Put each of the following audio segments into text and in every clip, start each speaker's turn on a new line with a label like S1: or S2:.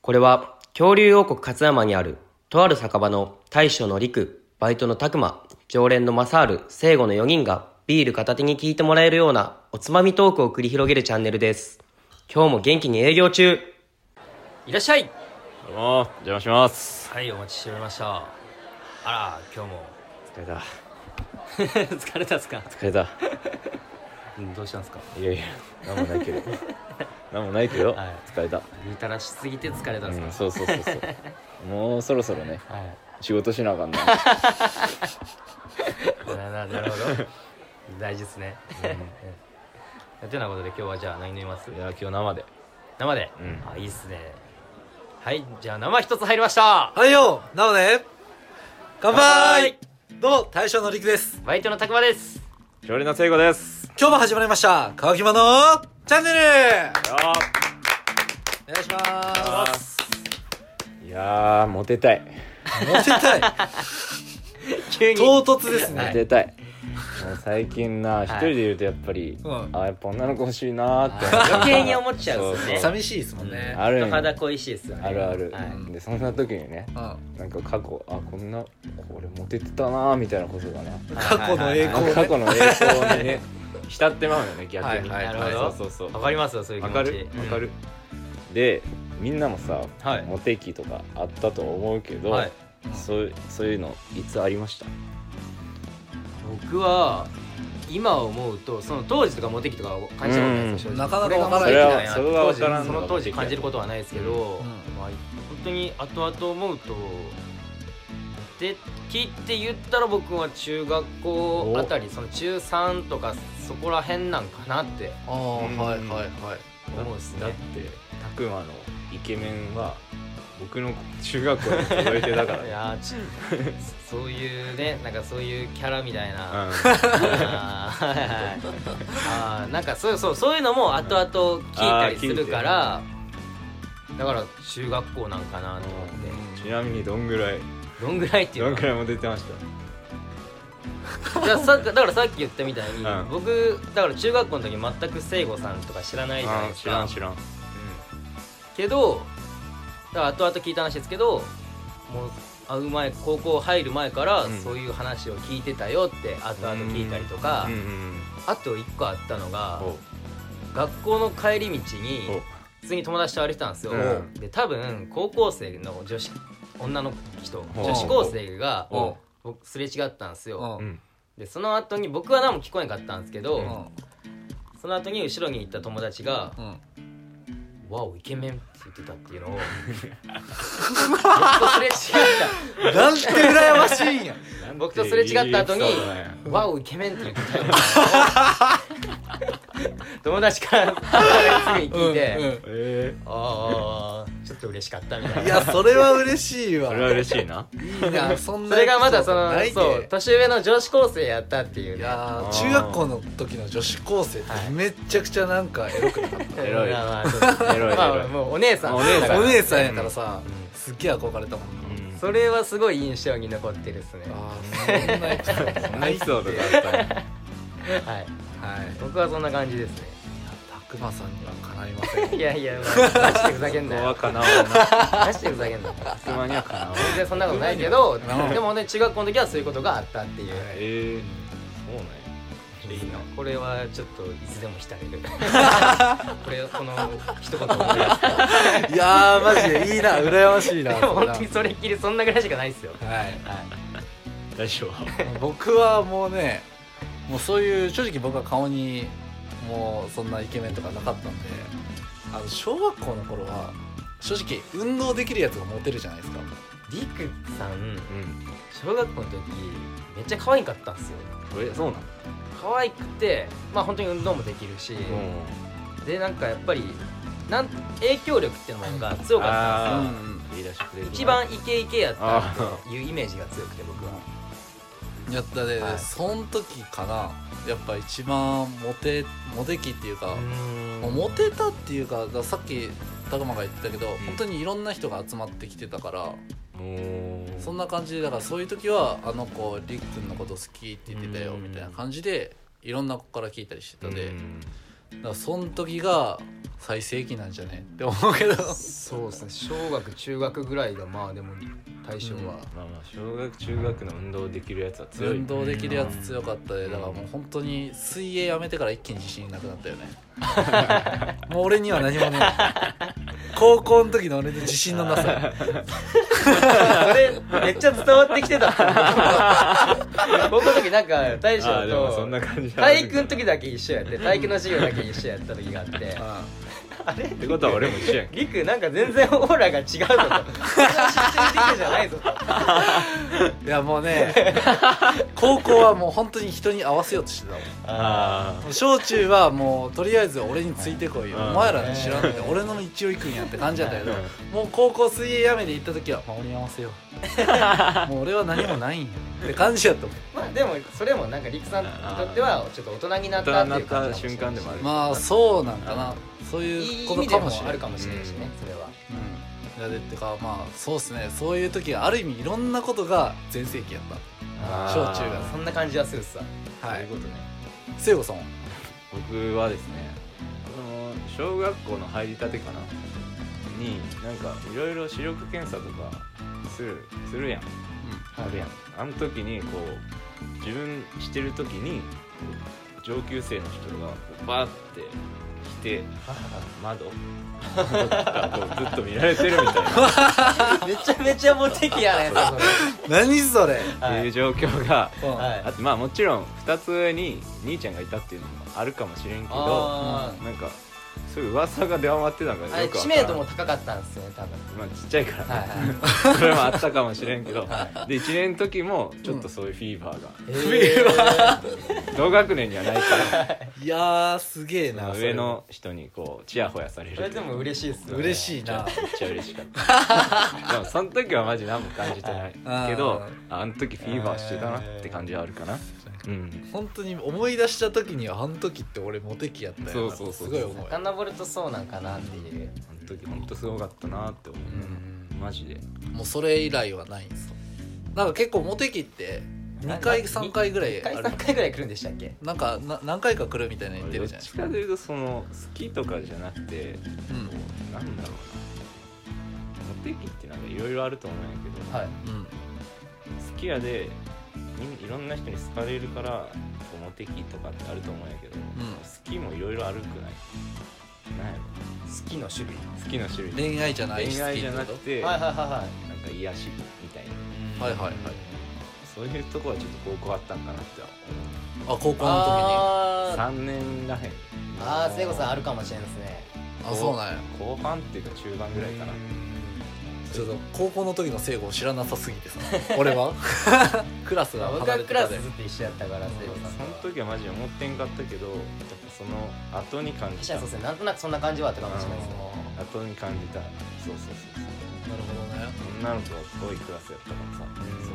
S1: これは恐竜王国勝山にあるとある酒場の大将の陸、バイトの拓磨、常連の正ル、聖護の4人がビール片手に聞いてもらえるようなおつまみトークを繰り広げるチャンネルです。今日も元気に営業中
S2: いらっしゃい
S3: どうも邪魔します
S2: はいお待ちしておりましたあら今日も
S3: 疲れ た
S2: 疲れたっすか、
S3: 疲れた
S2: うん、どうしたんですか
S3: いやいや何もない けど何もないけど、
S2: はい
S3: 疲れた、
S2: 見たらしすぎて疲れたん
S3: うん、
S2: です
S3: そうそうそうそうもうそろそろね
S2: か、はい
S3: 仕事しなあかんな
S2: なななるほど大事ですねうんてなことで今日はじゃあ何飲みます
S3: いや今日生で
S2: 生で、
S3: うん
S2: あいいっすねはいじゃあ生一つ入りました
S4: はいよなおね乾杯どうも大将のりくです
S2: バイトのたくまです
S3: 常連の聖子です
S4: 今日も始まりました川島のチャンネル
S3: よ
S4: お願いします
S3: ーいやーモテたい
S4: モテたい
S2: 急に
S4: 唐突です
S3: モ
S4: ね
S3: テたい、 もう最近な一
S2: い
S3: 人でいるとやっぱり、
S4: うん
S3: あやっぱ女の子欲しいなーって
S2: 余計に思っちゃうんですね
S4: 寂しいですもんね
S3: あるんよ
S2: 肌恋しいですよね
S3: あるある、
S2: はい
S3: でそんな時にね
S4: うん
S3: なんか過去あこんなこれモテてたなーみたいなことがな
S4: 過去の栄光をね
S3: 過去の栄光にね浸ってまうよね逆に、
S4: はいはい
S2: なるほど
S3: そうそうそう
S2: わかりますよそういう気
S3: わ
S2: 持ち
S3: かるわか
S2: る、
S3: る、でみんなもさ、
S2: はい
S3: モテ期とかあったと思うけ
S2: う
S3: ど、
S2: んはい、
S3: そうそういうのいつありました
S2: 僕は今思うとその当時とかモテ期とかを感じたことないですよ
S4: う
S2: 正
S4: ん
S2: 直
S4: なかなかわか
S3: な
S4: ら
S3: い
S2: こがモテ期な
S3: それは
S2: んや
S3: それはわから
S2: 当
S3: ん
S2: 時その当時感じることはないですけど、
S4: ん
S2: まあ、本当に後々思うとで期って言ったら僕は中学校あたりその中3とかそこら辺なんかなって
S4: ああ
S3: うん
S4: はい
S2: 思うです
S3: だっ
S2: ね
S3: て拓磨のイケメンは僕の中学校に届いてだから
S2: い
S3: ね
S2: やーちそういうねなんかそういうキャラみたいな、
S3: う
S2: あーはいはいあーなんかそうそうそういうのも後々聞いたりするからだから中学校なんかなと思って
S3: んちなみにどんぐらい
S2: どんぐらいってい
S3: ど
S2: うんの
S3: ぐらいモテてました
S2: だからさっきだからさっき言ったみたいに、
S3: うん
S2: 僕だから中学校の時全く聖子さんとか知らないじゃない
S3: あー
S2: です
S3: 知ら
S2: か
S3: ん知らん
S2: けどだから後々聞いた話ですけどもう会う前高校入る前から
S3: うん
S2: そういう話を聞いてたよって後々聞いたりとか、
S3: うんうん
S2: あと一個あったのが
S3: おう
S2: 学校の帰り道に
S3: おう
S2: 普通に友達と歩いてたんですよ、
S3: うん
S2: で多分高校生の女子女の人
S3: お
S2: 女子高生が
S3: おう
S2: 僕すれ違ったんですよ
S4: うん
S2: でその後に僕は何も聞こえなかったんですけど、
S3: う
S2: その後に後ろに行った友達が
S4: うん
S2: 「わおイケメン」って言ってたって いうのをずっとすれ違っ
S4: なんて羨ましいんや
S2: た僕とすれ違った後に
S3: いいエピソードだね
S2: 「わおイケメン」って言ってた よ友達からすぐに聞いて「
S4: うん
S3: え
S2: ああちょっと嬉しかった」みたいな
S4: うんいやそれは嬉しい
S3: え
S4: わ
S3: それは嬉しいな
S4: いいなそんな
S2: それがまだそ
S4: エ
S2: の
S4: ピ
S2: そ
S4: ソードないうで
S2: 年上の女子高生やったっていう
S4: い
S2: ね
S4: や
S3: あー
S4: ー中学校の時の女子高生ってめっちゃくちゃなんかエロくなかっ
S2: うん
S3: エロい
S2: まあまあそうです
S3: エロいエロい
S2: まあもうお姉さん
S3: お姉
S4: た
S3: さ
S4: お
S3: ん
S4: 姉さんやからさ
S2: う
S4: すっげえ憧れたもん
S3: うん
S2: それはすごい印象に残ってるですね
S4: あーそんなエピソード
S3: そんなエピソードがあったんや
S2: はい
S4: はい
S2: 僕はそんな感じですね
S4: たくまさんにはかないません
S2: いやいやまあマジでふざけんな
S3: 怖
S2: よ
S3: かなわ
S2: マジでふざけんなよ
S3: なマにはかなわ
S2: 全然そんなことないけど
S4: うん
S2: でもね中学校の時はそういうことがあったっていう
S3: ええそうなんやいいな
S2: これはちょっといつでも浸れるこれこの一言思い出す
S4: いやーマジでいいな羨ましいな
S2: でも
S4: そん
S2: 本
S4: な
S2: 当にそれっきりそんなぐらいしかないですよ
S4: はい
S2: はい
S3: 大丈夫
S4: 僕はもうねもうそういう正直僕は顔にもうそんなイケメンとかなかったんであの小学校の頃は正直運動できるやつがモテるじゃないですか
S2: リクさん
S3: うん
S2: 小学校の時めっちゃ可愛かったんですよ
S3: えそうなん
S2: 可愛くてまあ本当に運動もできるし、でなんかやっぱりなん影響力っていうのが強かったん
S3: あ
S2: で
S3: ー言い出しくれ
S2: す
S3: る
S2: よ一番イケイケやったっていうイメージが強くて僕は
S4: やったで、
S2: はい
S4: そん時かなやっぱ一番モテモテ期っていうか、
S2: う
S4: もうモテたっていうかだからさっき拓磨が言ってたけど、
S3: ん
S4: 本当にいろんな人が集まってきてたから
S3: もう
S4: そんな感じでだからそういう時はあの子りっくんのこと好きって言ってたよ
S3: うん
S4: みたいな感じでいろんな子から聞いたりしてたで、だからその時が最盛期なんじゃねって思うけど
S2: そうですね小学中学ぐらいがまあでも対象は、
S3: まあまあ小学中学の運動できるやつは強い
S4: 運動できるやつ強かったでだからもう本当に水泳やめてから一気に自信なくなったよねもう俺には何もね高校の時の俺の自信のなさ
S2: それめっちゃ伝わってきて た僕の時なんか大将
S3: あーでもそんな
S2: と
S3: 感じ
S2: 体育の時
S3: だ
S2: だけ一緒やって体育の授業だけ一緒やった時があってあれ
S3: ってことは俺も一緒やんけ
S2: りくなんか全然オーラが違うぞとそんなシステム的じゃないぞと
S4: うんいやもうね高校はもう本当に人に合わせようとしてたもん
S3: あ
S4: 小中はもうとりあえず俺についてこいよ、
S3: うん
S4: お前らの知らんって俺の一応行くんやって感じやったけど、もう高校水泳やめで行った時は、まあ、俺に合わせようもう俺は何もないんやって感じやったもん
S2: まあでもそれもなんかりくさんにとってはちょっと大人にな
S3: あ
S2: った
S3: 大人
S2: っ
S3: に
S2: て
S3: な
S2: いう感
S3: っ
S2: じ
S3: た瞬間でもある
S4: まあそうなんかなそうい
S2: いうい
S4: こ
S2: 意
S4: と
S2: 味で
S4: かも
S2: も
S4: しれな
S2: あ
S4: い
S2: るかもしれないしねそれは
S4: うん、いやでってかまあそうですねそういう時はある意味いろんなことが全盛期やっ
S3: あ
S4: 小
S3: ー
S4: 中が
S2: そんな感じはするっすわ
S4: たは
S3: そうい
S4: いう
S3: ことね
S4: 聖子さんは
S3: 僕はですねその小学校の入りたてかなになんかいろいろ視力検査とかするするやんあるやんあの時にこう自分してる時に上級生の人がこうバーって来て窓窓とかこうずっと見られてるみたい
S2: めちゃめちゃモテキやねそれ
S4: 何それ、
S3: なっていう状況が
S4: うん
S2: はい
S3: あってまあもちろん2つ上に兄ちゃんがいたっていうのもあるかもしれんけど
S2: あ
S3: なんかそういう噂が出回ってたから
S2: ーあ
S3: よ
S2: れ
S3: くわ
S2: 知
S3: から
S2: 名
S3: ん
S2: 度も高かったんですよね多分
S3: まあちっちゃいからね、
S2: はいはい
S3: それもあったかもしれんけどで1年の時もちょっとそういうフィーバーが、
S2: え
S3: 同学年にはないか
S4: いやーすげえな
S3: ら
S4: それ
S3: 上の人にこうチヤホヤされる
S2: それでも嬉しいっすよね
S4: 嬉しいな
S3: めっちゃ嬉しか ったでもその時はマジ何も感じてないけどあの時フィーバーしてたなって感じはあるかな、うん
S4: 本当に思い出した時にはあの時って俺モテ期やったよな
S3: そうそうそう
S4: すごい思う
S2: 遡るとそうなんかなっていう
S3: あの時ほんとすごかったなって思う、マジで
S4: もうそれ以来はないんですよなんか結構モテ期って2回
S2: な
S4: 3回ぐら
S2: 1
S4: い
S2: 回
S4: ある
S2: 3回ぐらい来るんでしたっけ
S4: なんかな何回か来るみたいなの言って
S3: ど
S4: る
S3: っ
S4: じゃないで
S3: ち
S4: すか
S3: かというとその好きとかじゃなくて
S4: うん
S3: なんだろうなモテ期ってなんかいろいろあると思うんやけど、
S2: はい
S4: うん
S3: 好きやでみんいろんな人に好かれるからこうモテ期とかってあると思うんやけど、好きもいろいろあるくないなんやろ
S2: 好きの種類
S3: 好きの種類
S4: 恋愛じゃない
S3: 恋愛
S4: 好き
S3: じゃ
S4: って
S3: な
S4: こ
S3: く
S4: と
S3: て、
S2: はいはいはいはい
S3: なんか癒しみたいな
S4: はいはいはい
S3: そういうとこはちょっと高校あったんかなって思
S4: あ高校の時にあ
S2: あ
S3: う
S2: ー
S3: 3年らへん
S2: あー聖子さんあるかもしれんですね
S4: そうなんや
S3: 後半っていうか中盤ぐらいかな
S4: ちょっと高校の時の聖子を知らなさすぎてさ俺はクラスが
S2: 僕
S4: 離
S2: は
S4: れて
S2: ク
S4: た
S2: ラ
S4: で
S2: スずっと一緒やったから聖子さんと
S3: そ
S2: は
S3: の時はマジで思ってんかったけどやっぱその後に感
S2: 確
S3: じ
S2: か
S3: た
S2: にそうですねなんとなくそんな感じはあったかもしれないですね
S3: 後に感じたそうそうそうそう女
S4: なるほどね
S3: の子が多いクラスやったからさ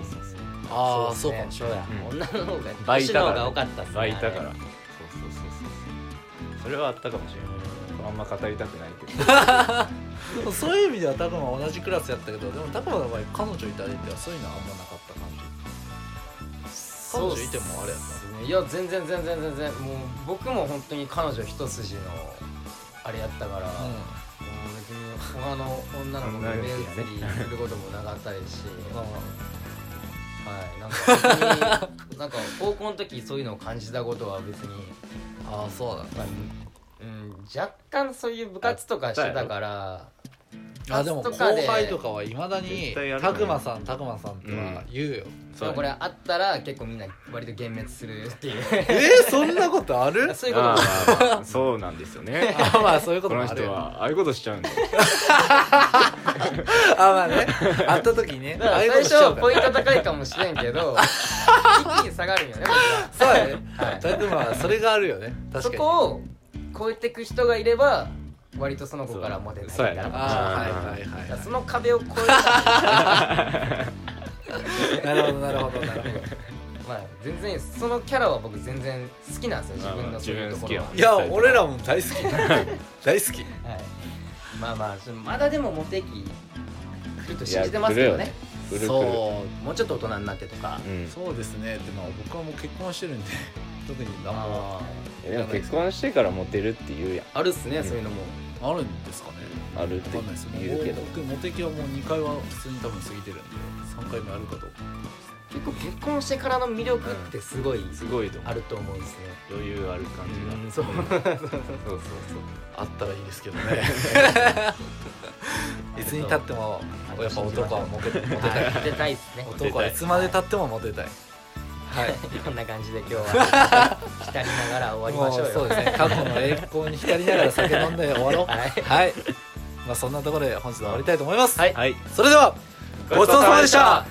S3: そうそうそう
S4: ああ
S2: そ
S4: そうう
S2: か
S4: か
S2: も
S4: も
S2: し
S4: し
S2: れ
S4: れ
S2: な女の方が女の
S3: 倍いた
S4: ないい
S2: 方
S3: から
S2: が多かったっすね
S3: 倍いたか
S2: あ
S3: らそうそうそうそうそれはあったかもしれないあんま語りたくないけど
S4: そういう意味ではタコマ同じクラスやったけどでもタコマの場合彼女いたりってはそういうのはあんまなかった感じ
S2: れ
S4: 彼
S2: そう
S4: 女いてもあれやな
S2: ですねいや全然全然全然もう僕も本当に彼女一筋のあれやったから、もう別に他の女の子
S3: 女
S2: に
S3: の
S2: 目
S3: 子
S2: 移
S3: やね
S2: りすることもなかったですし、
S4: うん
S2: はいなんか別 になんか高校の時そういうのを感じたことは別に、
S4: ああそうなんだ
S2: まあうん、若干そういう部活とかしてたから
S4: あでも後輩とかはいまだに
S3: 絶対や
S4: 「
S3: るよ
S4: た
S3: ね
S4: くまさんたくまさん」っては言うよ、
S2: でもこれあったら結構みんな割と幻滅するって いう
S4: えー、そんなこと ある
S2: そういうこと
S3: あ
S2: も
S3: ーまあまあそうなんですよね
S4: あまあ そういうこ
S3: こと
S4: も
S3: の
S4: ある
S3: 人
S4: よ
S3: はああいうことしちゃうんだよ
S4: あまあね会った時ね
S2: だ
S4: あ
S2: か
S4: あいう
S2: ら
S4: こと
S2: 最
S4: しちゃ
S2: 初
S4: うか
S2: ポイ
S4: ら
S2: ント高いかもしれんけど一気に下が るんよね
S4: そうやね
S2: はい
S4: たくまはそれがあるよね確かに
S2: そこを超えていく人がいれば割とその子からモテないみ
S3: そう
S2: た
S3: や
S2: いな
S3: な
S2: だか
S4: ああはいはい
S2: ら
S4: は
S2: その壁を越えたら
S4: いなるほどなるほどなるほど
S2: まあ全然そのキャラは僕全然好きなんですよ自分のそういうところは
S3: まあまあ
S4: いや俺らも大好き大好
S2: は
S4: き
S2: いまあまあそのまだでもモテ期来ると信じてますけどね
S3: くるくる
S2: そうもうちょっと大人になってとか
S3: うん
S4: そうですねでも僕はもう結婚してるんで特に何も
S2: あー
S3: いやでも結婚してからモテるって言うやん
S2: あるっすねそういうのも
S4: あるんですかね
S3: あるっ
S4: わ
S3: て
S4: かんないですよね
S3: 言うけど
S4: もう僕モテ期はもう2回は普通に多分過ぎてるんで3回目あるかと
S2: 結構結婚してからの魅力ってすごい
S3: すごいと思
S2: あ
S3: う
S2: ると思うんですね
S3: 余裕ある感じが
S2: そう
S3: そうそうそう
S4: あったらいいですけどね いつにたってもやっぱ男はモテモテたい
S2: モテたいっすね
S4: 男はいつまでたってもモテたいはい
S2: こんな感じで今日は 浸りながら終わりましょうよ
S4: もそうですね過去の栄光に浸りながら酒飲んで終わろ う
S2: はい
S4: はいまあそんなところで本日は終わりたいと思います、
S2: はい
S3: はい
S4: それではごちそうさまでした